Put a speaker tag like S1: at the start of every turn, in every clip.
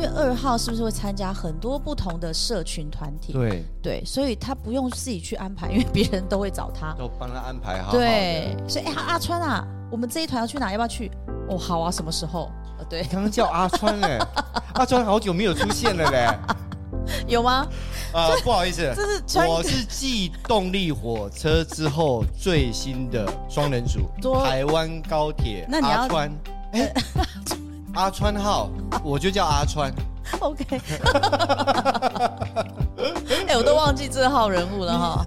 S1: 二号是不是会参加很多不同的社群团体？
S2: 对，
S1: 对，所以他不用自己去安排，因为别人都会找他。
S2: 都帮他安排好好的。
S1: 对，所以哎、阿阿川啊，我们这一团要去哪？要不要去？哦，好啊，什么时候？呃，对
S2: 你，刚刚叫阿 川嘞，阿川好久没有出现了嘞。
S1: 有吗？
S2: 啊，不好意思，
S1: 这是川
S2: 我是继动力火车之后最新的双人组，
S1: 多
S2: 台湾高铁
S1: 那你要呃
S2: 阿川，哎，阿川号，我就叫阿川。
S1: OK，哎、我都忘记这号人物了哈。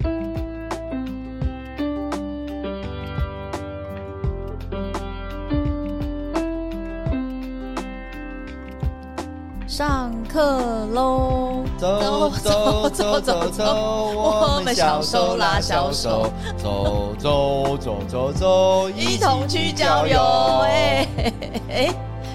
S1: 上课喽！
S2: 走走走走走，我们小手拉小手，走走走走走，
S1: 一同去郊游！哎哎哎，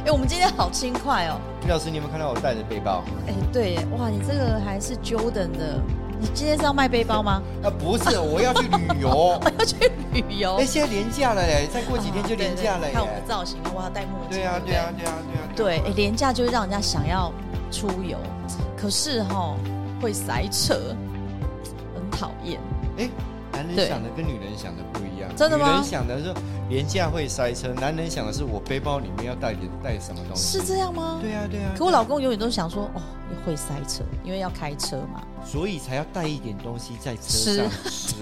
S1: 哎我们今天好轻快哦！
S2: 老师，你有没有看到我带着背包？
S1: 哎、对耶，哇，你这个还是 Jordan 的，你今天是要卖背包吗？
S2: 啊，不是，我要去旅游。
S1: 要去旅游。
S2: 哎，现在廉价了嘞，再过几天就廉价了
S1: 啊哦对对对
S2: 耶
S1: 看我。们造型，我要戴墨镜。
S2: 对啊，
S1: 不
S2: 对啊，对啊，对啊。
S1: 对，哎廉价就会让人家想要出游，可是哈、会塞车，很讨厌。
S2: 哎，男人
S1: 对
S2: 想的跟女人想的不一样。
S1: 真的吗
S2: 女人想的是廉价会塞车，男人想的是我背包里面要带点带什么东西。
S1: 是这样吗？
S2: 对啊，对啊。
S1: 可我老公永远都想说，哦，会塞车，因为要开车嘛。
S2: 啊所以才要带一点东西在车上吃。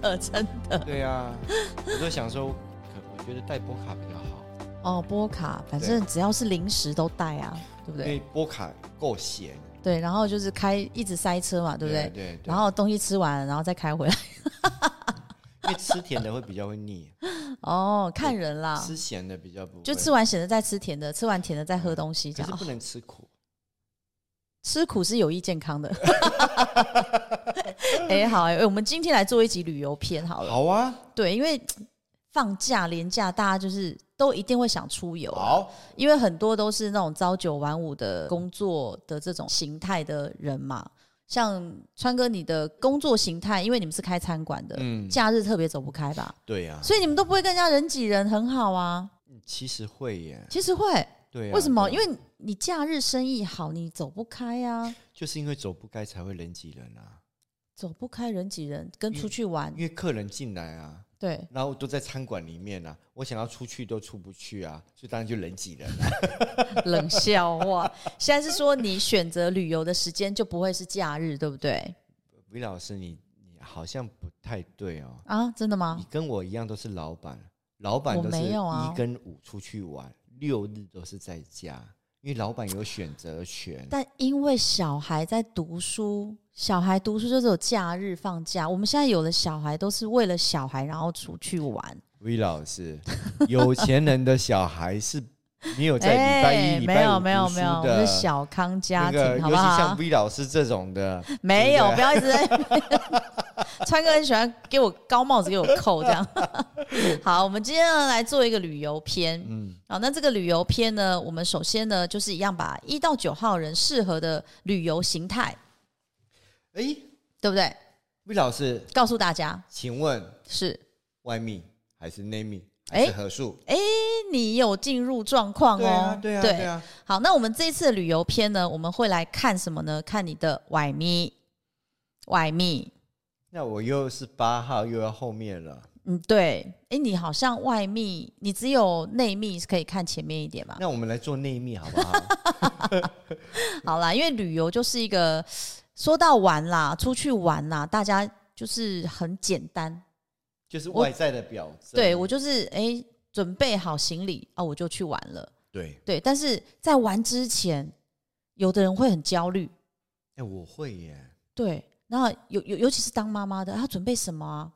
S1: 呃，真的。
S2: 对啊，我就想说，可我觉得带波卡比较好，
S1: 哦，波卡，反正只要是零食都带啊，对不
S2: 因
S1: 对？
S2: 为波卡够咸。
S1: 对，然后就是开一直塞车嘛，对不对？
S2: 对对对
S1: 然后东西吃完，然后再开回来。
S2: 因为吃甜的会比较会 腻，
S1: 哦，看人啦，
S2: 吃咸的比较不会。
S1: 就吃完咸的再吃甜的，吃完甜的再喝东西，这
S2: 可
S1: 样
S2: 是不
S1: 哦
S2: 能吃苦。
S1: 吃苦是有益健 康的。哎、好哎、哎我们今天来做一集旅游篇好了。
S2: 好啊，
S1: 对，因为嘖放假连假，大家就是都一定会想出游啊，
S2: 好，
S1: 因为很多都是那种朝九晚五的工作的这种形态的人嘛。像川哥，你的工作形态，因为你们是开餐馆的，
S2: 嗯，
S1: 假日特别走不开吧，
S2: 对啊，
S1: 所以你们都不会跟人家人挤人，很好啊。
S2: 其实会耶，
S1: 其实会，
S2: 对啊。
S1: 为什么？
S2: 对啊
S1: 因为你假日生意好，你走不开啊，
S2: 就是因为走不该才会人挤人啊，
S1: 走不开人挤人，跟出去玩
S2: 因，为客人进来啊，
S1: 对，
S2: 然后都在餐馆里面啊，我想要出去都出不去啊，所以当然就人挤人啊。
S1: 冷笑话。现在是说你选择旅游的时间就不会是假日，对不对？
S2: 魏老师，你你好像不太对哦，
S1: 啊，真的吗
S2: 你？跟我一样都是老板，老板
S1: 我
S2: 都是
S1: 没有啊
S2: 一跟五出去玩，六日都是在家，因为老板有选择权。
S1: 但因为小孩在读书，小孩读书就是有假日放假。我们现在有的小孩都是为了小孩然后出去玩，
S2: 魏老师，有钱人的小孩是没有在礼拜一、
S1: 哎
S2: 礼
S1: 没
S2: 拜
S1: 有
S2: 五
S1: 没有
S2: 读
S1: 没有，
S2: 书
S1: 我们
S2: 的。
S1: 是小康家
S2: 那
S1: 庭，好
S2: 个，尤其
S1: 不好？
S2: 像 V 老师这种的，
S1: 没有，
S2: 对不对
S1: 不要一直在那边。 川哥很喜欢给我高帽子给我扣 这样。好，我们今天呢来做一个旅游篇。嗯，好，那这个旅游篇呢，我们首先呢就是一样把一到九号人适合的旅游形态，
S2: 哎，
S1: 对不对？
S2: 魏老师，
S1: 告诉大家
S2: 请问
S1: 是。
S2: 外密还是内密还是
S1: 哎
S2: 合数？
S1: 你有进入状况哦，
S2: 对啊，对啊，对啊。
S1: 好，那我们这一次的旅游篇呢，我们会来看什么呢？看你的外咪，外咪，
S2: 那我又是八号，又要后面了。
S1: 嗯，对，哎，你好像外密，你只有内密可以看前面一点吧？
S2: 那我们来做内密好 不好？
S1: 好啦，因为旅游就是一个说到玩啦，出去玩啦，大家就是很简单。
S2: 就是
S1: 我
S2: 外在的表征。
S1: 对我就是诶，准备好行李啊，我就去玩了。
S2: 对，
S1: 对，但是在玩之前，有的人会很焦虑。
S2: 哎、我会耶。
S1: 对，然后尤尤尤其是当妈妈的，她准备什么啊？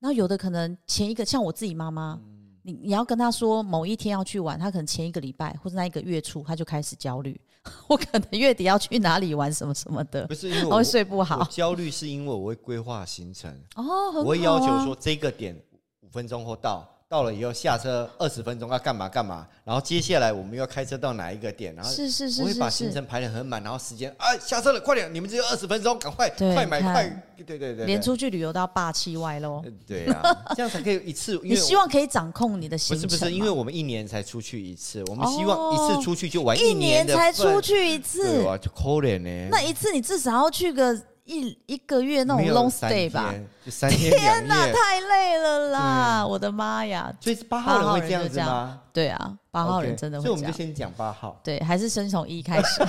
S1: 然后有的可能前一个像我自己妈妈，
S2: 嗯
S1: 你你要跟她说某一天要去玩，她可能前一个礼拜或者那一个月初，她就开始焦虑。 我可能月底要去哪里玩什么什么的
S2: 不，是因为
S1: 她
S2: 我
S1: 会哦睡不好
S2: 我。焦虑是因为我会规划行程，
S1: 哦，很好、啊、
S2: 我会要求说这个点五分钟后到，到了以后下车二十分钟要干嘛干嘛，然后接下来我们又要开车到哪一个点，然后
S1: 是是
S2: 我
S1: 是
S2: 会把
S1: 是
S2: 行
S1: 是，
S2: 程排得很满，然后时间啊下车了，快点，你们只有二十分钟，赶快
S1: 对
S2: 快买
S1: 看
S2: 快，对对对对，
S1: 连出去旅游都要霸气外喽。
S2: 呃对 啊，这样才可以一次，因
S1: 你
S2: 为
S1: 希
S2: 我
S1: 望可以掌控你的
S2: 不
S1: 行
S2: 是
S1: 程
S2: 不是，因
S1: 吗
S2: 为我们一年才出去一次，我们希望一
S1: 哦
S2: 次出去就玩
S1: 一
S2: 年
S1: 年
S2: 的
S1: 才
S2: 份
S1: 出，去一
S2: 对
S1: 次，
S2: 啊，就可怜呢，
S1: 那一次你至少要去个一一个月那种
S2: 没有
S1: long
S2: 三
S1: stay 吧？
S2: 天，就三天
S1: 天
S2: 哎两
S1: 哪，
S2: 夜，
S1: 太累了啦！我的妈呀！
S2: 所以是八
S1: 八
S2: 号人
S1: 号
S2: 会
S1: 人
S2: 这样
S1: 就
S2: 子
S1: 这样
S2: 吗？
S1: 对啊，八号人
S2: OK，
S1: 真的
S2: 所以
S1: 会
S2: 我
S1: 这
S2: 们就
S1: 样。
S2: 先讲八号。
S1: 对，还是先从一开 始。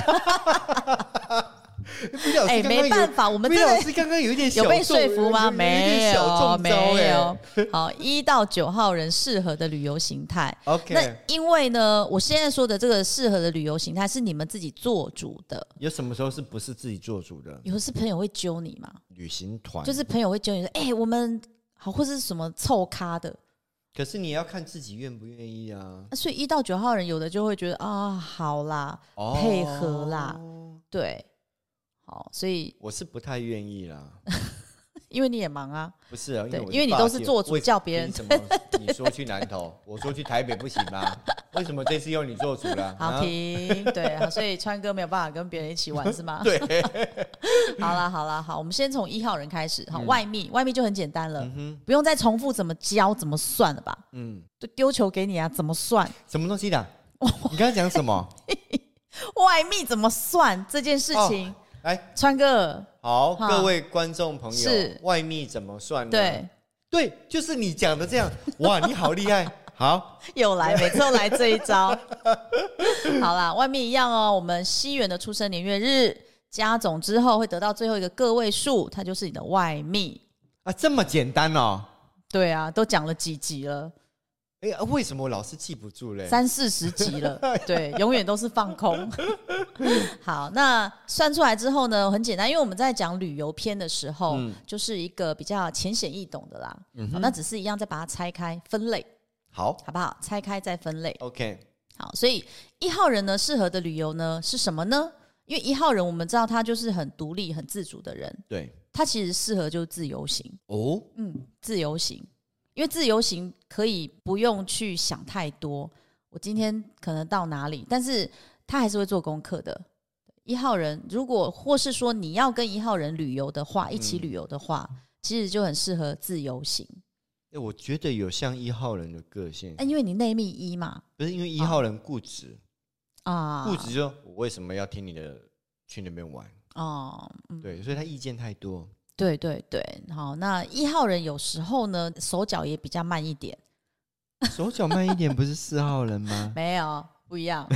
S2: 魏老师
S1: 哎，
S2: 刚刚有
S1: 没办法，我们
S2: 魏
S1: 真
S2: 老
S1: 的
S2: 师刚刚有一点小
S1: 有被
S2: 中
S1: 说服吗？
S2: 有一点
S1: 没
S2: 小中
S1: 有，
S2: 招哎
S1: 没有。 好，一到九号人适合的旅游形态。那
S2: OK，
S1: 因为呢，我现在说的这个适合的旅游形态是你们自己做主的。
S2: 有什么时候是不是自己做主的
S1: 有的是朋友会揪你嘛，
S2: 旅行团？
S1: 就，是朋友会揪你说：“哎、我们好，或是什么凑咖的。
S2: 可是你也要看自己愿不愿意啊。
S1: 啊所以一到九号人有的就会觉得啊，好啦，
S2: 哦
S1: 配合啦。对，好，所以
S2: 我是不太愿意啦，
S1: 因为你也忙啊，
S2: 不是啊，
S1: 对
S2: 我
S1: 因为你
S2: 发
S1: 都是
S2: 现
S1: 做主
S2: 为
S1: 叫别人
S2: 凭什么你说去南投， 我说去台北不行 吗？为什么这次要你做主了？
S1: 好
S2: 啊
S1: 停，对，好所以川哥没有办法跟别人一起玩是吗？
S2: 对，
S1: 好啦，好啦，好，我们先从一号人开始，好，外密，外密就很简单了，
S2: 嗯哼，
S1: 不用再重复怎么教怎么算了吧，
S2: 嗯，
S1: 就丢球给你啊，怎么算，
S2: 什么东西的？你刚才讲什么？
S1: 外密怎么算这件事
S2: 哦
S1: 情，
S2: 来，
S1: 川哥，
S2: 好，
S1: 哈
S2: 各位观众朋友
S1: 是，
S2: 外密怎么算呢？
S1: 对，
S2: 对，就是你讲的这样。哇，你好厉害！好，
S1: 又来，每次都来这一招。 好啦，外面一样哦。我们西元的出生年月日加总之后，会得到最后一个个位数，它就是你的外密。
S2: 啊，这么简单哦。
S1: 对啊，都讲了几集了，
S2: 哎、啊为什么我老是记不住嘞？
S1: 三四十集 了，对，永远都是放空。好，那算出来之后呢，很简单，因为我们在讲旅游篇的时候，
S2: 嗯
S1: 就是一个比较浅显易懂的啦。
S2: 嗯
S1: 好，那只是一样再把它拆开分类，
S2: 好
S1: 好不好？拆开再分类。
S2: ，OK，
S1: 好，所以一号人呢，适合的旅游呢是什么呢？因为一号人我们知道他就是很独立、很自主的人，
S2: 对，
S1: 他其实适合就是自由行，
S2: 哦，
S1: 嗯，自由行，因为自由行可以不用去想太多，我今天可能到哪里，但是他还是会做功课的。一号人如果或是说你要跟一号人旅游的话，一起
S2: 嗯
S1: 旅游的话，其实就很适合自由行，
S2: 哎、我觉得有像一号人的个性，
S1: 哎，因为你内密一嘛，
S2: 不是因为一号人固执，
S1: 啊，
S2: 固执就我为什么要听你的去那边玩？
S1: 哦，嗯。
S2: 对，所以他意见太多。
S1: 对对对，好，那一号人有时候呢手脚也比较慢一点，
S2: 手脚慢一点不是四号人吗？
S1: 没有不一 样。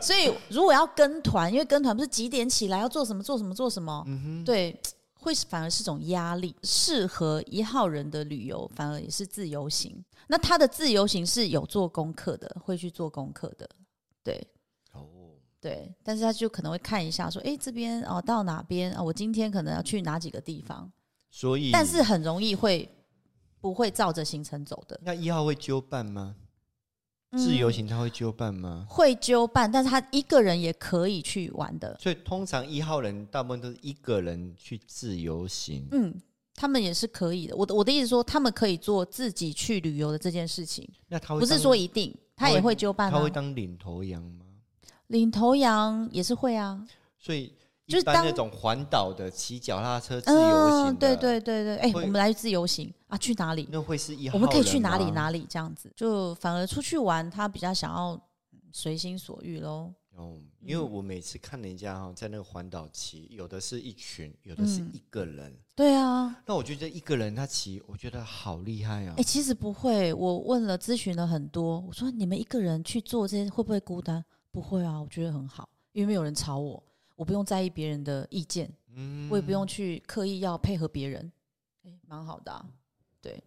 S1: 所以如果要跟团，因为跟团不是几点起来要做什么做什么做什么，
S2: 嗯哼，
S1: 对，会是反而是种压力。适合一号人的旅游，反而也是自由行。那他的自由行是有做功课的，会去做功课的，对。
S2: 哦，
S1: 对，但是他就可能会看一下，说，诶，这边哦，到哪边啊、我今天可能要去哪几个地方，
S2: 所以
S1: 但是很容易会不会照着行程走的。
S2: 那一号会纠办吗？
S1: 嗯
S2: 自由行他会纠办吗？
S1: 会纠办，但是他一个人也可以去玩的。
S2: 所以通常一号人大部分都是一个人去自由行。
S1: 嗯，他们也是可以的。我的我的意思说，他们可以做自己去旅游的这件事情，
S2: 那他会
S1: 不是
S2: 当
S1: 说一定他也会纠办
S2: 他会
S1: 啊。
S2: 当领头羊吗？
S1: 领头羊也是会啊，
S2: 所以
S1: 就
S2: 一
S1: 是
S2: 般
S1: 当嗯
S2: 那种环岛的骑脚踏车自由行
S1: 对
S2: 的，
S1: 对对对，哎、
S2: 会
S1: 我们来自由行啊，去哪里？
S2: 那会是一号
S1: 我们可以去哪里
S2: 人啊吗？
S1: 哪里这样子，就反而出去玩，他比较想要嗯随心所欲喽。
S2: 哦，因
S1: 嗯
S2: 为我每次看人家哈在那个环岛骑，有的是一群，有的是
S1: 嗯
S2: 一个人。
S1: 对啊，
S2: 那我觉得一个人他骑，我觉得好厉害啊
S1: 哎、！其实不会，我问了咨询了很多，我说你们一个人去做这些会不会孤单？不会啊，我觉得很好，因为没有人吵我，我不用在意别人的意见，
S2: 嗯
S1: 我也不用去刻意要配合别人，哎、蛮好的、啊。对，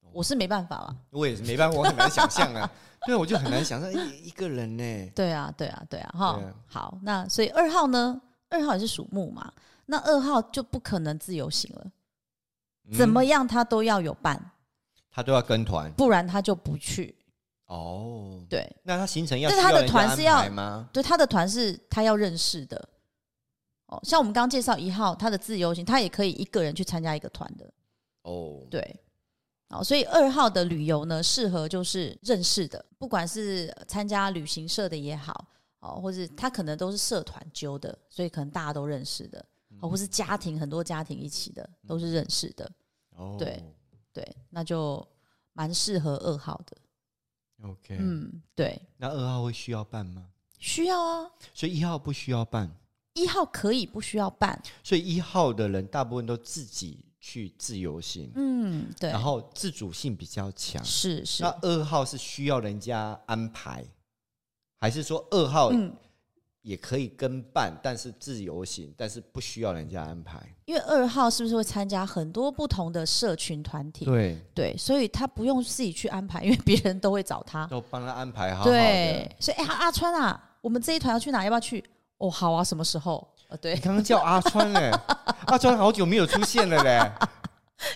S2: 哦
S1: 我是没办法啦。
S2: 我也是没办法，我很难想象啊。 对，我就很难想象哎一一个人呢。
S1: 对啊，对啊，对啊，哈
S2: 对啊。
S1: 好，那所以二号呢，二号也是属木嘛，那二号就不可能自由行了，怎么
S2: 嗯
S1: 样他都要有伴，
S2: 他都要跟团
S1: 不然他就不去。
S2: 哦？
S1: 对，
S2: 那他行程要
S1: 但是他的
S2: 需人家
S1: 团是要
S2: 安排吗？
S1: 对，他的团是他要认识的。哦，像我们刚刚介绍一号，他的自由行，他也可以一个人去参加一个团的。
S2: 哦，
S1: 对，哦，所以二号的旅游呢，适合就是认识的，不管是参加旅行社的也好，哦，或是他可能都是社团揪的，所以可能大家都认识的，
S2: 嗯
S1: 哦，或是家庭很多家庭一起的都是认识的，
S2: 哦，
S1: 对对，那就蛮适合二号的。
S2: ，OK，
S1: 嗯，对，
S2: 那二号会需要办吗？
S1: 需要啊，
S2: 所以一号不需要办，
S1: 一号可以不需要办，
S2: 所以一号的人大部分都自己去自由行，
S1: 嗯，对
S2: 然，后自主性比较强。
S1: 是是
S2: 那，二号是需要人家安排，还是说二号
S1: 嗯，
S2: 也可以跟办，但是自由行，但是不需要人家安排？
S1: 因为二号是不是会参加很多不同的社群团体？
S2: 对，
S1: 对，所以他不用自己去安排，因为别人都会找他。
S2: 都帮他安排好好的。
S1: 对，所以哎、阿阿川啊，我们这一团要去哪？要不要去？哦，好啊，什么时候？呃，对
S2: 你，刚刚叫阿川 嘞，阿川好久没有出现了嘞。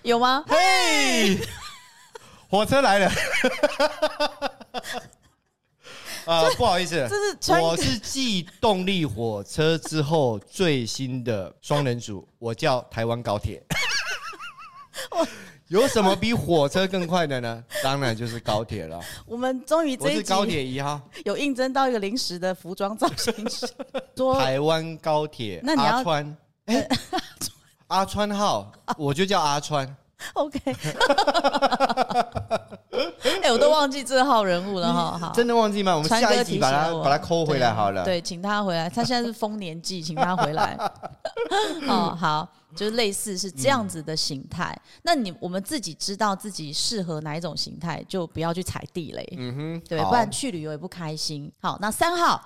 S1: 有吗？
S2: 嘿， 火车来了。 啊、不好意思，
S1: 这是川
S2: 我是继动力火车之后最新的双人组，我叫台湾 高铁。有什么比火车更快的呢？当然就是高 铁了。
S1: 我们终于
S2: 我
S1: 这一
S2: 是高
S1: 集
S2: 铁一号，
S1: 有应征到一个临时的服装造型 师，说
S2: 台湾高铁
S1: 那你要
S2: 阿川，哎阿川号，我就叫阿川。
S1: OK。哎、我都忘记这号人物了 哈。好
S2: 真的忘记吗？我们
S1: 川
S2: 下
S1: 哥
S2: 一
S1: 提
S2: 集
S1: 醒
S2: 把它
S1: 我
S2: 把它抠回来好了。
S1: 对，对请他回来。他现在是丰年祭，请他回来。 哦，好，就是类似是这
S2: 嗯
S1: 样子的形态。那你我们自己知道自己适合哪一种形态，就不要去踩地雷，
S2: 嗯哼，
S1: 对，
S2: 好
S1: 不然去旅游也不开心。好，那三号，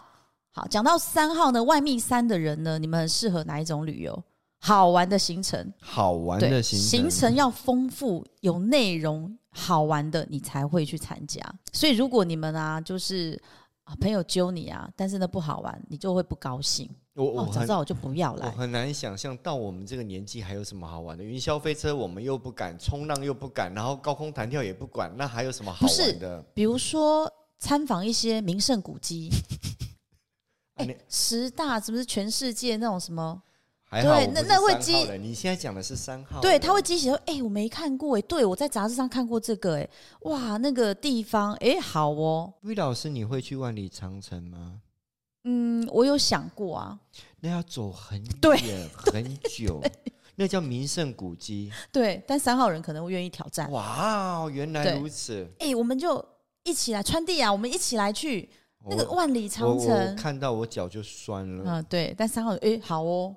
S1: 好，讲到三号呢，外密三的人呢，你们很适合哪一种旅游？好玩的行程，
S2: 好玩
S1: 对，
S2: 的行
S1: 行程要丰富、有内容、好玩的，你才会去参加。所以，如果你们啊，就是啊朋友揪你啊，但是呢不好玩，你就会不高兴。
S2: 我我
S1: 哦，早
S2: 很
S1: 知道我就不要
S2: 我
S1: 来。
S2: 很难想象到我们这个年纪还有什么好玩的。云霄飞车我们又不敢，冲浪又不敢，然后高空弹跳也不管，那还有什么好
S1: 不是
S2: 玩的？
S1: 比如说，参访一些名胜古迹，
S2: 啊
S1: 哎、
S2: 你
S1: 十大是不是全世界那种什么？
S2: 还好
S1: 对
S2: 我
S1: 那
S2: 不是
S1: 那会
S2: 三号
S1: 激
S2: 人你现在讲的是三号人，
S1: 对，他会激起说，哎、我没看过哎、对我在杂志上看过这个哎、哇，那个地方哎、好哦，
S2: 魏老师，你会去万里长城吗？
S1: 嗯，我有想过啊，
S2: 那要走很
S1: 对
S2: 远 很久，那叫名胜古迹。
S1: 对，但三号人可能会愿意挑战。
S2: 哇哦，原来
S1: 对
S2: 如此。
S1: 哎、我们就一起来川地啊，我们一起来去那个
S2: 我
S1: 万里
S2: 我
S1: 长
S2: 我
S1: 城。
S2: 看到我脚就酸了。
S1: 嗯，对。但三号，哎、好哦，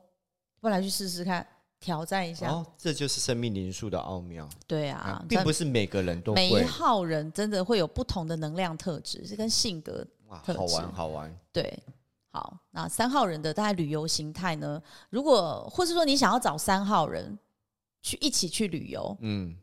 S1: 不然去试试看，挑战一下。
S2: 哦，这就是生命灵数的奥妙
S1: 对
S2: 啊
S1: 啊，，
S2: 并
S1: 但
S2: 不是每个人都
S1: 每一
S2: 会。
S1: 号人真的会有不同的能量特质，是跟性格
S2: 哇，
S1: 特
S2: 好
S1: 质
S2: 玩，好玩。
S1: 对。好，那三号人的大概旅游形态呢？如果或是说你想要找三号人去一起去旅游，
S2: 嗯，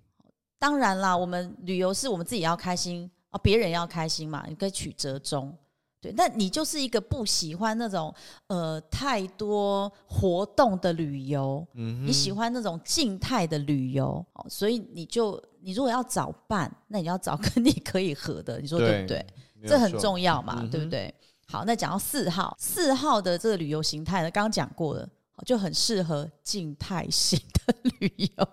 S1: 当然啦，我们旅游是我们自己要开心啊，别人也要开心嘛，你可以取折中。对，那你就是一个不喜欢那种呃太多活动的旅游，
S2: 嗯
S1: 你喜欢那种静态的旅游，哦所以你就你如果要找伴，那你要找跟你可以合的，你说对不对？
S2: 没有
S1: 这很
S2: 错。
S1: 重要嘛，
S2: 嗯哼
S1: 对不对？好，那讲到四号，四号的这个旅游形态呢，刚刚讲过了，就很适合静态型的旅游，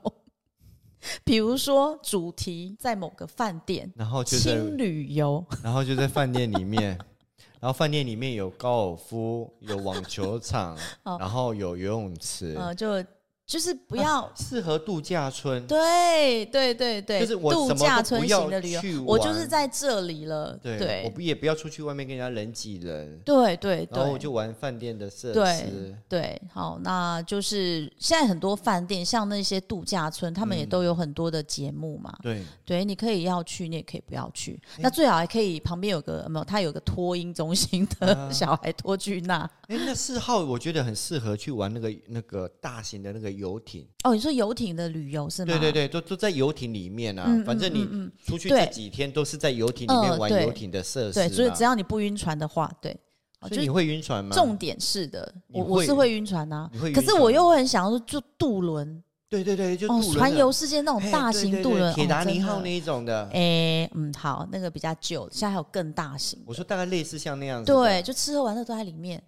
S1: 比如说主题在某个饭店，
S2: 然后就在，
S1: 轻旅游，
S2: 然后就在饭店里面， 然后饭店里面有高尔夫，有网球场，
S1: 哦
S2: 然后有游泳池，
S1: 呃，就就是不
S2: 啊
S1: 要。
S2: 适合度假村。
S1: 对对对对，
S2: 就是我
S1: 度
S2: 什么都
S1: 假村
S2: 不要
S1: 型的旅游
S2: 去，
S1: 我就是
S2: 玩
S1: 在这里了。
S2: 对，我
S1: 对
S2: 不也不要出去外面跟人家人挤人，
S1: 对对，
S2: 然后我
S1: 对
S2: 就玩饭店的设
S1: 对
S2: 施。
S1: 对，好，那就是现在很多饭店，像那些度假村，他们
S2: 嗯
S1: 也都有很多的节目嘛。
S2: 对，
S1: 对，你可以要去，你也可以不要去。那最好还可以旁边有个呃没有，他有个托婴中心的
S2: 啊
S1: 小孩托去那。
S2: 哎，那四号我觉得很适合去玩那个那个大型的那个游艇。
S1: 哦，你说游艇的旅游是吗？
S2: 对对对，都都在游艇里面啊。
S1: 嗯，嗯，
S2: 反正你
S1: 嗯嗯
S2: 出去
S1: 对
S2: 这几天都是在游艇里面
S1: 嗯
S2: 玩
S1: 对
S2: 游艇的设施嘛、
S1: 对，所以只要你不晕船的话，对，哦
S2: 所
S1: 就
S2: 以你
S1: 是
S2: 会晕船吗？
S1: 重点是的，我
S2: 你
S1: 我是
S2: 会
S1: 会晕船呐、
S2: 你会
S1: 可
S2: 晕
S1: 是
S2: 船
S1: 我
S2: 吗
S1: 又会很想要说就渡轮
S2: 对对对，就渡
S1: 哦，
S2: 轮
S1: 环
S2: 的
S1: 游世界那种
S2: 嘿
S1: 大
S2: 对
S1: 型
S2: 对
S1: 渡
S2: 对
S1: 轮，
S2: 铁
S1: 哦
S2: 达尼
S1: 真
S2: 号
S1: 的
S2: 那一种的。
S1: 哎，嗯，好，那个比较旧，现在还有更大型。
S2: 我说大概类似像那样子的。
S1: 对，就吃喝玩乐都在里面，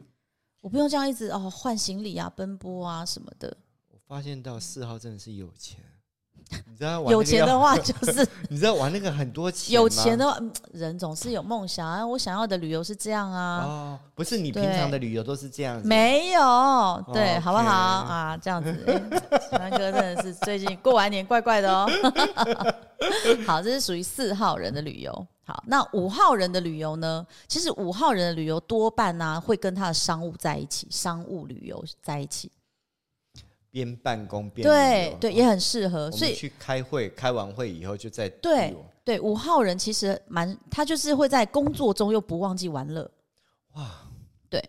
S1: 我不用这样一直哦换行李啊、奔波啊什么的。
S2: 我发现到四号真的是有钱，你知道玩那个
S1: 有钱
S2: 要啊
S1: 的话 就是
S2: 你知道玩那个很多钱吗，
S1: 有钱的话，嗯人总是有梦想啊。我想要的旅游是这样啊，
S2: 哦，不是你平常的旅游都是这样子，
S1: 没有，对，
S2: 哦 OK
S1: 好不好啊？这样子，哎小安哥真的是最近过完年怪怪的哦。 好，这是属于四号人的旅游。好，那五号人的旅游呢？其实五号人的旅游多半呢、会跟他的商务在一起，商务旅游在一起，
S2: 边办公边旅
S1: 对
S2: 游
S1: 对，也很适合。
S2: 哦我
S1: 所
S2: 们
S1: 以
S2: 去开会，开完会以后就在
S1: 对对，五号人其实蛮，他就是会在工作中又不忘记玩乐，
S2: 哇，
S1: 对，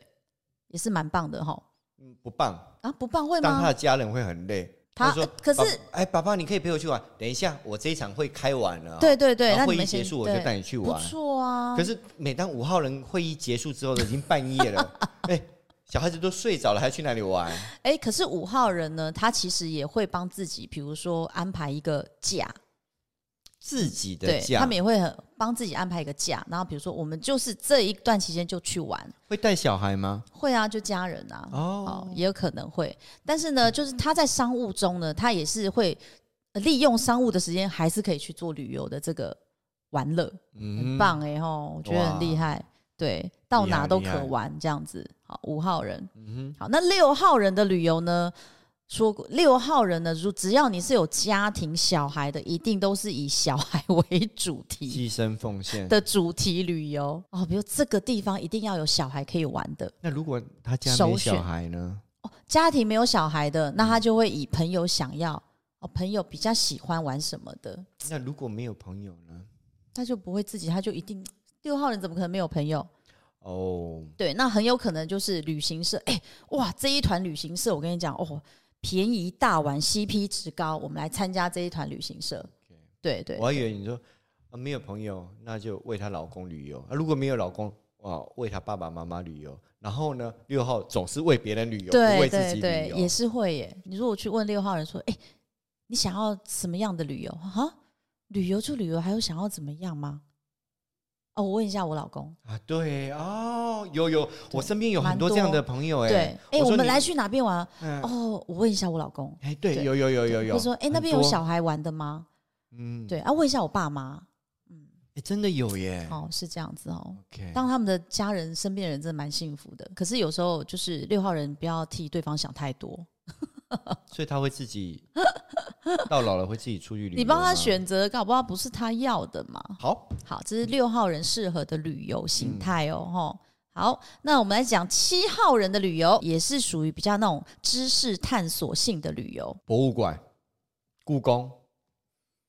S1: 也是蛮棒的哈。
S2: 嗯不棒，
S1: 啊，不棒会
S2: 当他
S1: 吗？
S2: 的家人会很累。
S1: 他
S2: 说
S1: 呃：“可是
S2: 爸哎，爸爸，你可以陪我去玩。等一下，我这一场会开完了哦，
S1: 对对对，
S2: 然
S1: 那你
S2: 后会
S1: 们
S2: 议
S1: 先
S2: 结束我就
S1: 对
S2: 带你去
S1: 不
S2: 玩。
S1: 错啊。
S2: 可是每当五号人会议结束之后，都已经半 夜了，哎，小孩子都睡着了，还去哪里玩？
S1: 哎、可是五号人呢，他其实也会帮自己，比如说安排一个假，
S2: 自己的
S1: 对
S2: 家，
S1: 他们也会很帮自己安排一个假。然后比如说，我们就是这一段期间就去玩，
S2: 会带小孩吗？
S1: 会啊，就家人啊，
S2: 哦
S1: 哦，，也有可能会。但是呢，就是他在商务中呢，他也是会呃利用商务的时间，还是可以去做旅游的这个玩乐。很
S2: 嗯，
S1: 棒哎、吼，我觉得很厉害。对，到
S2: 厉害
S1: 哪都
S2: 厉
S1: 可
S2: 害
S1: 玩这样子。好，五号人。
S2: 嗯
S1: 好，那六号人的旅游呢？说过六号人呢，如只要你是有家庭小孩的，一定都是以小孩为主
S2: 哼，
S1: 题
S2: 牺牲奉献。
S1: 的主题旅游哦。比如这个地方一定要有小孩可以玩的
S2: 那如果他家
S1: 首
S2: 没
S1: 选
S2: 小孩呢？
S1: 哦，家庭没有小孩的，那他就会以朋友想要哦，朋友比较喜欢玩什么的，
S2: 那如果没有朋友呢？
S1: 他就不会自己，他就一定六号人怎么可能没有朋友？
S2: 哦，
S1: 对，那很有可能就是旅行社，哎、哇，这一团旅行社，我跟你讲哦，便宜大碗，CP 值高，我们来参加这一团旅行社。对对
S2: 我还以为你说啊没有朋友，那就为她老公旅游啊；如果没有老公，啊为她爸爸妈妈旅游。然后呢，六号总是为别人旅游，不
S1: 对
S2: 为自
S1: 对
S2: 己
S1: 对
S2: 旅，游
S1: 也。是会耶。你如果去问六号人说，哎、你想要什么样的旅游？哈，旅游就旅游，还有想要怎么样吗？哦，我问一下我老公，
S2: 啊，对哦，有有，我身边有很多这样的朋友哎。
S1: 对，哎、
S2: 说
S1: 我们
S2: 你
S1: 来去哪边玩？
S2: 嗯
S1: 哦，我问一下我老公，
S2: 哎，对，
S1: 对
S2: 有有有有
S1: 对
S2: 有。
S1: 或者说，哎、那
S2: 很
S1: 边有
S2: 多
S1: 小，孩玩的吗？
S2: 嗯，
S1: 对，啊，问一下我爸妈。
S2: 哎，真的有耶。
S1: 哦，是这样子哦。
S2: OK，
S1: 当他们的家人、身边的人真的蛮幸福的。可是有时候就是六号人不要替对方想太多，
S2: 所以他会自己到老了会自己出去旅游。
S1: 你帮他。选择，搞不好不是他要的嘛。
S2: 好，
S1: 好，这
S2: 嗯
S1: 是六号人适合的旅游形态哦，吼。好，那我们来讲七号人的旅游，也是属于比较那种知识探索性的旅游，
S2: 博物馆、故宫，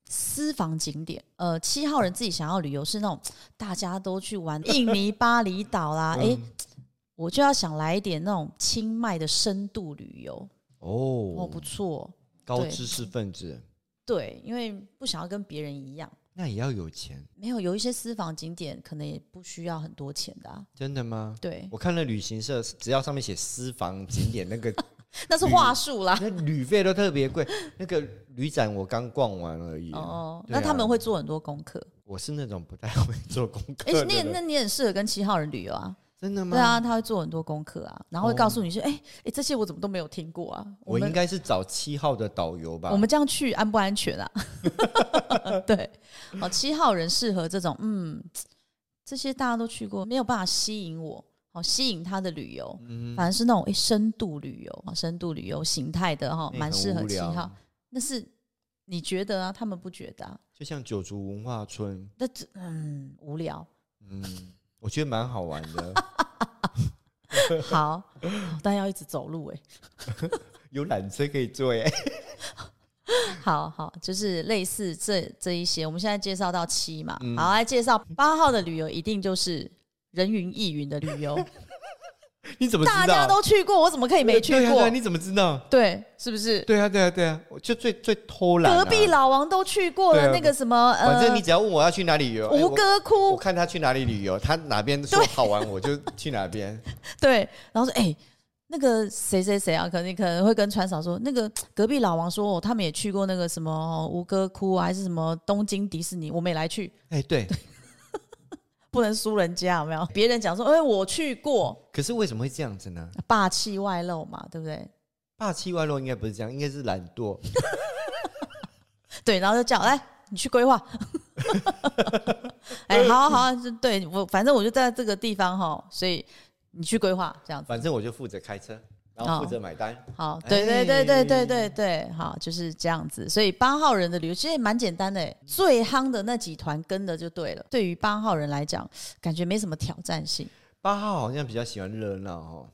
S1: 私房景点。呃，七号人自己想要旅游是那种大家都去玩印尼巴厘岛啦，诶、
S2: 嗯
S1: 我就要想来一点那种清迈的深度旅游，哦，
S2: 哦
S1: 不，错，
S2: 高
S1: 对
S2: 知识分子，
S1: 对，因为不想要跟别人一样。
S2: 那也要有钱。
S1: 没有，有一些私房景点可能也不需要很多钱的、啊，
S2: 真的吗？
S1: 对，
S2: 我看了旅行社，只要上面写私房景点， 那个
S1: 那是话术啦。
S2: 那旅费都特别贵。那个旅展我刚逛完而已。
S1: 哦，
S2: 对啊
S1: 那他们会做很多功课。
S2: 我是那种不太会做功课
S1: 哎、
S2: 的
S1: 那
S2: 人。
S1: 也那你也很适合跟七号人旅游啊，
S2: 真的吗？
S1: 对啊，他会做很多功课啊，然后会
S2: 哦
S1: 告诉你说，哎、哎、这些我怎么都没有听过啊，
S2: 我应
S1: 们
S2: 该是找七号的导游吧。
S1: 我们这样去安不安全啊？ 对，哦，七号人适合这种，嗯，这些大家都去过，没有办法吸引我，哦，吸引他的旅游，
S2: 嗯
S1: 反而是那种诶深度旅游啊，哦深度旅游形态的哈，
S2: 那也
S1: 蛮
S2: 很
S1: 适合
S2: 无
S1: 七
S2: 聊
S1: 号。那是你觉得啊，他们不觉得啊？
S2: 就像九族文化村，
S1: 那这嗯无聊。
S2: 嗯， 我觉得蛮好玩的，
S1: 好，哦但要一直走路诶。
S2: 有缆车可以坐耶。
S1: 好好，就是类似这这一些，我们现在介绍到七嘛，
S2: 嗯
S1: 好来介绍八号的旅游，一定就是人云亦云的旅游。
S2: 你怎么知道？
S1: 大家都去过，我怎么可以没去
S2: 对啊对
S1: 过
S2: 啊？你怎么知道？
S1: 对，是不是？
S2: 对啊，对啊，对啊，我就最最偷懒啊。
S1: 隔壁老王都去过了，
S2: 对啊
S1: 那个什么
S2: 反正
S1: 呃
S2: 你，只要问我要去哪里旅游，哎
S1: 吴
S2: 我
S1: 哥
S2: 我
S1: 窟，
S2: 看他去哪里旅游，他哪边说好玩，我就去哪边。
S1: 对，然后说哎。那个谁谁谁啊，可能你可能会跟川嫂说，那个隔壁老王说、哦，他们也去过那个什么吴哥窟啊，还是什么东京迪士尼，我们也来去，
S2: 哎、对。
S1: 不能输人家，有没有？别人讲说，哎，我去过，
S2: 可是为什么会这样子呢？
S1: 霸气外露嘛，对不对？
S2: 霸气外露应该不是这样，应该是懒惰。
S1: 对，然后就叫来你去规 划。哎、好好好，就对我反正我就在这个地方哈，所以你去规划这样子。
S2: 反正我就负责开车，然后负责买单。
S1: 好，对对对
S2: 哎
S1: 对对对对，好，就是这样子。所以八号人的旅游其实也蛮简单的欸，最夯的那几团跟的就对了。对于八号人来讲，感觉没什么挑战性。
S2: 八号好像比较喜欢热闹哦，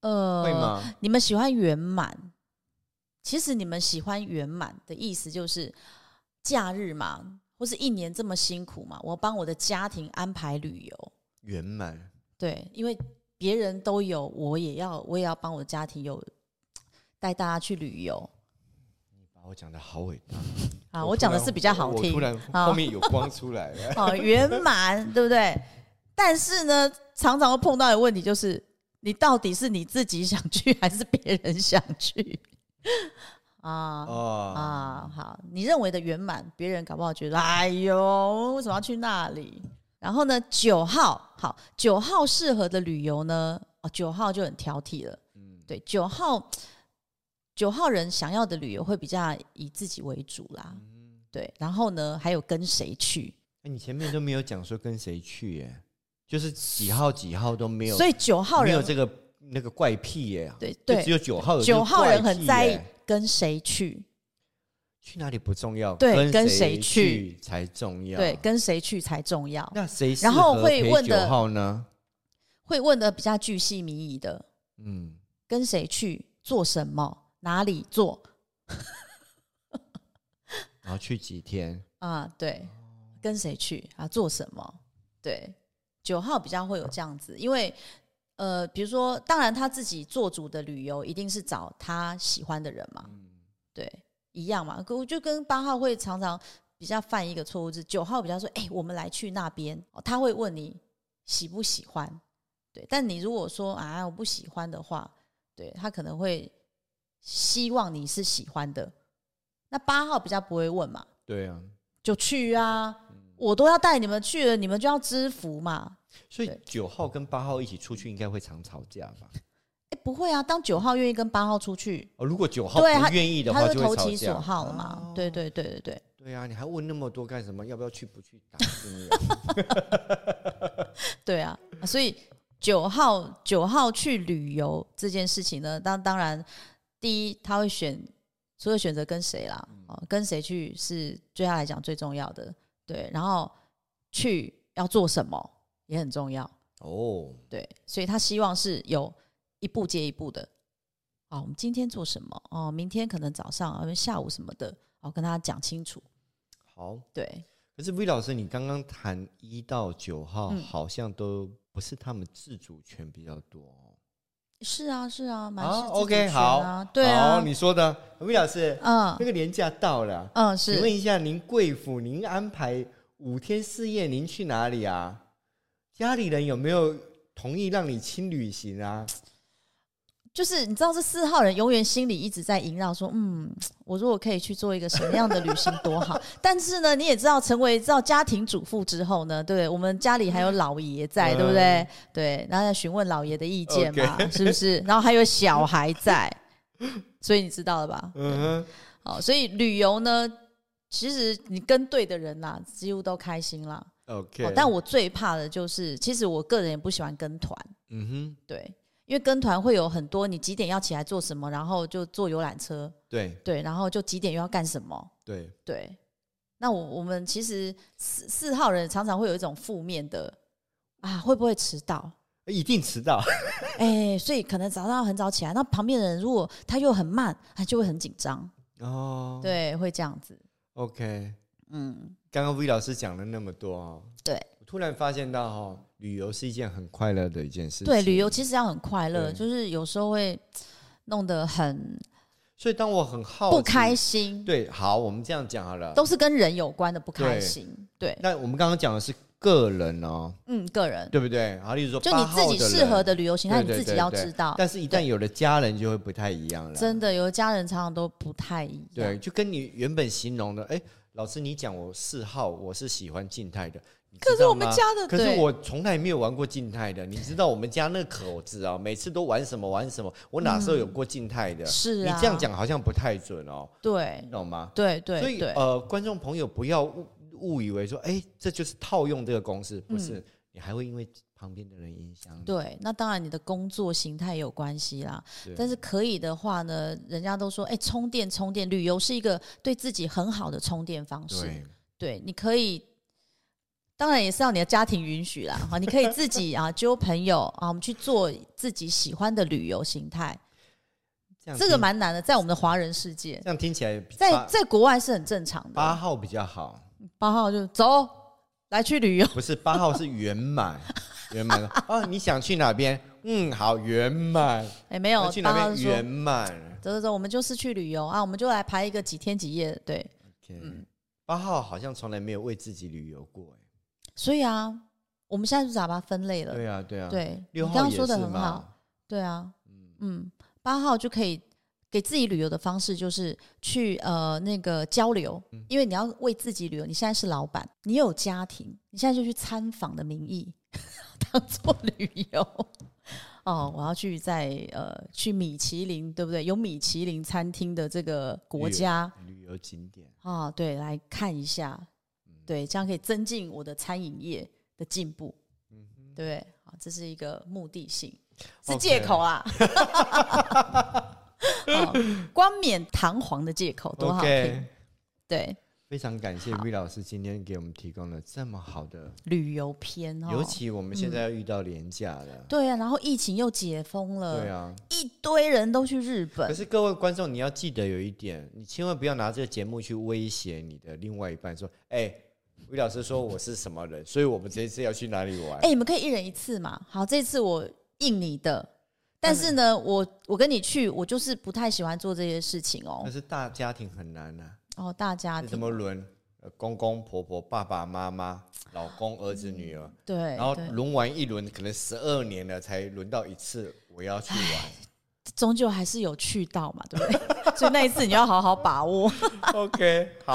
S1: 呃，
S2: 会吗？
S1: 你们喜欢圆满，其实你们喜欢圆满的意思就是假日嘛，或是一年这么辛苦嘛，我帮我的家庭安排旅游，
S2: 圆满，
S1: 对，因为别人都有，我也要，我也要帮我的家庭有带大家去旅游
S2: 把我讲的好伟大
S1: 啊。
S2: 我
S1: 我
S2: 突
S1: 讲的
S2: 然
S1: 是比较好
S2: 我
S1: 听
S2: 突，然
S1: 啊
S2: 后面有光出来 了。
S1: 好圆 满，对不对？但是呢，常常会碰到的问题就是，你到底是你自己想去，还是别人想去？ 啊，
S2: 哦，
S1: 啊，好，你认为的圆满，别人搞不好觉得，哎呦，为什么要去那里？然后呢，九号，好，九号适合的旅游呢，哦，九号就很挑剔了，
S2: 嗯，
S1: 对，九号，九号人想要的旅游会比较以自己为主啦，
S2: 嗯
S1: 对，然后呢，还有跟谁去，
S2: 哎，你前面都没有讲说跟谁去耶，就是几号几号都没有，
S1: 所以九号
S2: 没
S1: 人
S2: 有，这个那个怪癖耶。
S1: 对
S2: 就
S1: 对
S2: 只，有九号有这个
S1: 九号人
S2: 怪
S1: 很
S2: 癖
S1: 在意
S2: 耶
S1: 跟谁去，
S2: 去哪里不重要，
S1: 对跟谁
S2: 谁
S1: 去
S2: 才重要。
S1: 对，，跟谁去才重要，
S2: 那谁适
S1: 然后
S2: 合
S1: 会
S2: 陪
S1: 问
S2: 九
S1: 的
S2: 号呢？
S1: 会问的比较巨细靡遗的，
S2: 嗯，
S1: 跟谁去，做什么，哪里做
S2: 然后去几天？
S1: 啊？对，跟谁去啊？做什么？对，九号比较会有这样子，因为呃，比如说，当然他自己做主的旅游一定是找他喜欢的人嘛，
S2: 嗯，
S1: 对，一样嘛。可我就跟八号会常常比较犯一个错误，是九号比较说，哎、我们来去那边，哦他会问你喜不喜欢，对。但你如果说啊，我不喜欢的话，对他可能会希望你是喜欢的。那八号比较不会问嘛，
S2: 对啊，
S1: 就去啊，我都要带你们去了，你们就要知服嘛。
S2: 所以
S1: 对
S2: 九号跟八号一起出去，应该会常吵架吧？
S1: 哎、不会啊，当九号愿意跟八号出去，
S2: 哦，如果九号
S1: 对他
S2: 不愿意的
S1: 他
S2: 话，
S1: 就
S2: 就
S1: 投
S2: 会吵
S1: 其所
S2: 架。
S1: 好了嘛。对对对对对。
S2: 对啊，你还问那么多干什么？要不要去？不去？打死你啊！
S1: 对啊，啊所以九号九号去旅游这件事情呢，当当然，第一他会选，除了选择跟谁啦，
S2: 嗯
S1: 哦，跟谁去是对他来讲最重要的，对，然后去要做什么也很重要，
S2: 哦，
S1: 对，所以他希望是有一步接一步的，哦，我们今天做什么，哦，明天可能早上，啊下午什么的，哦，跟他讲清楚，
S2: 好。
S1: 对，
S2: 可是 V 老师，你刚刚谈一到九号，
S1: 嗯
S2: 好像都不是他们自主权比较多哦。
S1: 是啊是啊，蛮
S2: 啊
S1: 是自主
S2: ，OK，
S1: 权
S2: 好
S1: 啊，对啊
S2: 好，，你说的魏老师，
S1: 嗯
S2: 那个年假到了，
S1: 嗯是
S2: 请。问一下，您贵府您安排五天四夜，您去哪里啊？家里人有没有同意让你轻旅行啊？
S1: 就是你知道，这四号人永远心里一直在萦绕说，嗯，我如果可以去做一个什么样的旅行多好。 但是呢，你也知道，成为知道家庭主妇之后呢，对不对我们家里还有老爷在，
S2: 嗯
S1: 对不对？对，然后要询问老爷的意见嘛 是不是？然后还有小孩在，所以你知道了吧？
S2: 嗯哼，
S1: 好，所以旅游呢，其实你跟对的人啦，几乎都开心啦。
S2: OK，、
S1: 哦但我最怕的就是，其实我个人也不喜欢跟团。
S2: 嗯
S1: 对，因为跟团会有很多，你几点要起来做什么，然后就坐游览车
S2: 哼，，对
S1: 对，然后就几点又要干什么，
S2: 对，
S1: 对。那我我们其实四四号人常常会有一种负面的啊，会不会迟到？
S2: 一定迟到。
S1: 哎、所以可能早上很早起来，那旁边的人如果他又很慢，他就会很紧张，
S2: 哦，
S1: 对，会这样子，
S2: ，OK，
S1: 嗯，
S2: 刚刚 V 老师讲了那么多哦，
S1: 对
S2: 我突然发现到哦，旅游是一件很快乐的一件事情。
S1: 对，旅游其实要很快乐，
S2: 对
S1: 就是有时候会弄得很
S2: 所以当我很好奇
S1: 不开心，
S2: 对，好，我们这样讲好了。
S1: 都是跟人有关的不开
S2: 对
S1: 心，对，
S2: 那我们刚刚讲的是个人哦，
S1: 嗯，个人。
S2: 对不对？好，例如说
S1: 就你自己适合
S2: 的
S1: 的旅游形态，
S2: 对
S1: 你
S2: 对
S1: 自己
S2: 对
S1: 要
S2: 对
S1: 知道
S2: 人，。但是一旦有了家人，就会不太一样了。
S1: 啊真的，有的家人常常都不太一样。
S2: 对，就跟你原本形容的，哎，老师你讲我四号，我是喜欢静态的，你你
S1: 可
S2: 知
S1: 是
S2: 道
S1: 我们
S2: 吗
S1: 家的，
S2: 可是
S1: 对
S2: 我从来没有玩过静态的，你知道我们家那口子啊，每次都玩什么玩什么，我哪时候有过静态的？
S1: 是
S2: 你
S1: 啊，
S2: 这样，讲好像不太准哦，
S1: 对
S2: 你懂吗？
S1: 对
S2: 所
S1: 对
S2: 以
S1: 对，
S2: 呃，观众朋友不要误误以为说，哎、这就是套用这个公式，不是，你还会因为旁边的人影响你。
S1: 嗯对，那当然你的工作形态也有关系啦
S2: 对。
S1: 但是可以的话呢，人家都说，哎、充电充电，旅游是一个对自己很好的充电方式。
S2: 对，
S1: 对，你可以，当然也是要你的家庭允许啦。哈，你可以自 己啊，揪朋友啊，我们去做自己喜欢的旅游形态。
S2: 这样
S1: 这个
S2: 听
S1: 蛮难的，在我们的华人世界，
S2: 这样听起来比
S1: 在
S2: 八
S1: 在国外是很正常
S2: 八
S1: 的。
S2: 号比较好，
S1: 八号就走，来去旅游。
S2: 不是八号是圆满，圆满哦，你想去哪边？嗯，好，圆满。
S1: 哎、没有
S2: 要去，
S1: 八
S2: 哪
S1: 号
S2: 边
S1: 就说
S2: 圆满？
S1: 走走走，我们就是去旅游啊，我们就来排一个几天几夜。对，
S2: 嗯，八号好像从来没有为自己旅游过、哎
S1: 所以啊，我们现在就把它分类了。
S2: 对啊，对啊。
S1: 对，你
S2: 六
S1: 刚
S2: 号
S1: 刚
S2: 也
S1: 说的
S2: 是
S1: 很好。
S2: 嘛，
S1: 对啊，嗯，八号就可以给自己旅游的方式就是去呃那个交流，因为你要为自己旅游，你现在是老板，你有家庭，你现在就去参访的名义 当做旅游。哦，我要去在呃去米其林，对不对？有米其林餐厅的这个国
S2: 旅游
S1: 家
S2: 旅游景点。
S1: 啊，对，来看一下，
S2: 嗯
S1: 对，这样可以增进我的餐饮业的进步，对不对？好，这是一个目的性，是
S2: 嗯 OK
S1: 借口啦。好冠冕堂皇的借口多好听
S2: OK，
S1: 对，
S2: 非常感谢 V 老师今天给我们提供了这么好的，
S1: 旅游篇哦，
S2: 尤其我们现在要遇到廉价了。
S1: 对啊，然后疫情又解封了，
S2: 对啊，
S1: 一堆人都去日
S2: 可
S1: 本，
S2: 是各位观众，你要记得有一点，你千万不要拿这个节目去威胁你的另外一半，说：“哎、魏老师说我是什么人，所以我们这一次要去哪里玩。
S1: 哎、你们可以一人一次嘛。好，这次我应你的，但是呢，我我跟你去，我就是不太喜欢做这些事情哦
S2: 但。是大家庭很难呐、
S1: 哦，大家
S2: 啊，你怎
S1: 庭
S2: 么轮？呃公公婆婆、爸爸妈妈、老公、儿子、女儿，
S1: 嗯对，
S2: 然后
S1: 对
S2: 轮完一轮，可能十二年了才轮到一次，我要去 玩。
S1: 终究还是有去到嘛，对不 对？所以那一次你要好好把握。
S2: OK，好，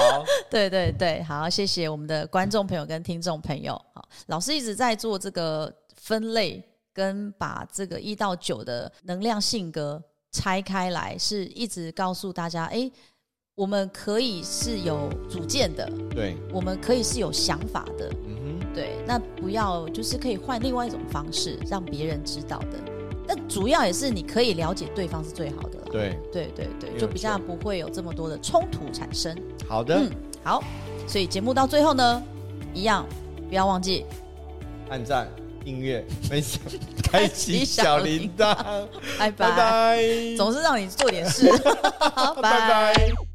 S1: 对对对，好，谢谢我们的观众朋友跟听众朋友。好，老师一直在做这个分类，跟把这个一到九的能量性格拆开来，是一直告诉大家，哎，我们可以是有主见的，
S2: 对，
S1: 我们可以是有想法的，
S2: 嗯哼，
S1: 对，那不要就是可以换另外一种方式让别人知道的。那主要也是你可以了解对方是最好的啦。
S2: 对，
S1: 对对对，
S2: 有
S1: 就比较不
S2: 错
S1: 会有这么多的冲突产生。
S2: 好的，
S1: 嗯，好，所以节目到最后呢，一样不要忘记，
S2: 按赞、订阅、分享，开启小铃铛，
S1: 拜拜，
S2: 拜拜，
S1: 总是让你做点事，好
S2: 拜拜。